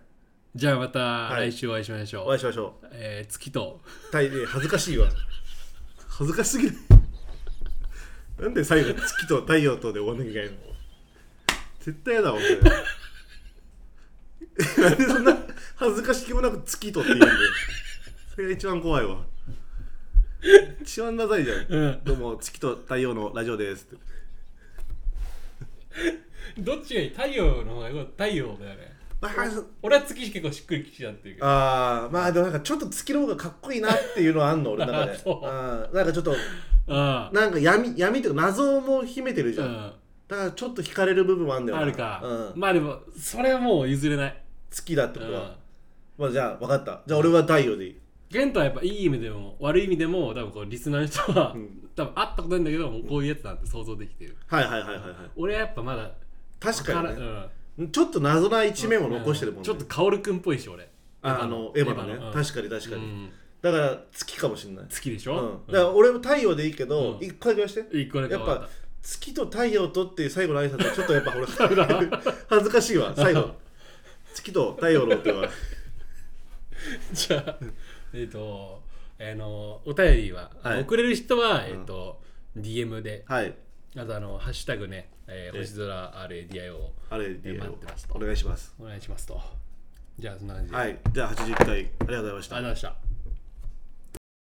Speaker 1: じゃあまた
Speaker 2: い
Speaker 1: 来週お会いしましょう、
Speaker 2: お会いしましょう
Speaker 1: えー月
Speaker 2: [LAUGHS]
Speaker 1: と
Speaker 2: 大変恥ずかしいわ恥ずかしすぎるなんで最後月と太陽とで終わんなきゃいけないの絶対やだわ俺なんでそんな恥ずかしきもなく月とって言うんだよそれが一番怖いわ一番ダサいじゃん、
Speaker 1: うん
Speaker 2: どうも月と太陽のラジオですって
Speaker 1: どっちがいい太陽の方がよかった太陽だよね
Speaker 2: まあ、
Speaker 1: 俺は月結構しっくりきちゃってるけど
Speaker 2: あーまあでもなんかちょっと月の方がかっこいいなっていうのはあんの俺の
Speaker 1: [LAUGHS]
Speaker 2: 中
Speaker 1: あ
Speaker 2: で
Speaker 1: そう
Speaker 2: あーなんかちょっと
Speaker 1: あ
Speaker 2: なんか闇闇っていうか謎も秘めてるじ
Speaker 1: う
Speaker 2: ゃん、
Speaker 1: ん
Speaker 2: だからちょっと惹かれる部分もあんだよな
Speaker 1: あるか、
Speaker 2: うん、
Speaker 1: まあでもそれはもう譲れない、
Speaker 2: 好きだって
Speaker 1: う
Speaker 2: ことは
Speaker 1: ん、
Speaker 2: まあじゃあ分かったじゃあ俺は太陽でいい
Speaker 1: 玄太はやっぱいい意味でも悪い意味でも多分こうリスナーの人は、
Speaker 2: うん
Speaker 1: 多分会ったことないんだけどもうこういうやつなんて想像できてる、
Speaker 2: はいはいはいはいはい
Speaker 1: 俺はやっぱまだ
Speaker 2: 確かにね
Speaker 1: わらうん
Speaker 2: ちょっと謎な一面を残してるもんね
Speaker 1: ちょっと薫君っぽいし俺
Speaker 2: ああのエヴァのね
Speaker 1: うん
Speaker 2: 確かに確か
Speaker 1: う
Speaker 2: に
Speaker 1: ん
Speaker 2: だから月かもしんない
Speaker 1: 月でし
Speaker 2: うん
Speaker 1: ょ、
Speaker 2: だから俺も太陽でいいけど
Speaker 1: うん
Speaker 2: 一個だけ言わして
Speaker 1: 一個だけ
Speaker 2: や
Speaker 1: 分
Speaker 2: っ
Speaker 1: か
Speaker 2: ぱ月と太陽とっていう最後の挨拶はちょっとやっぱ俺
Speaker 1: [LAUGHS]
Speaker 2: 恥ずかしいわ最後月と太陽のっ
Speaker 1: [LAUGHS]
Speaker 2: ては
Speaker 1: じゃあえっ、とあのお便りは、
Speaker 2: はい
Speaker 1: 送れる人はえっ、と、DM で
Speaker 2: はい
Speaker 1: あとあのハッシュタグね、えー、星空 RADIO を
Speaker 2: あれ
Speaker 1: え
Speaker 2: DM
Speaker 1: 待ってます
Speaker 2: お願いします
Speaker 1: お願いしますとじゃあそんな感じで、
Speaker 2: は
Speaker 1: あり
Speaker 2: いじゃあ80回ありがとうございました
Speaker 1: がとうございました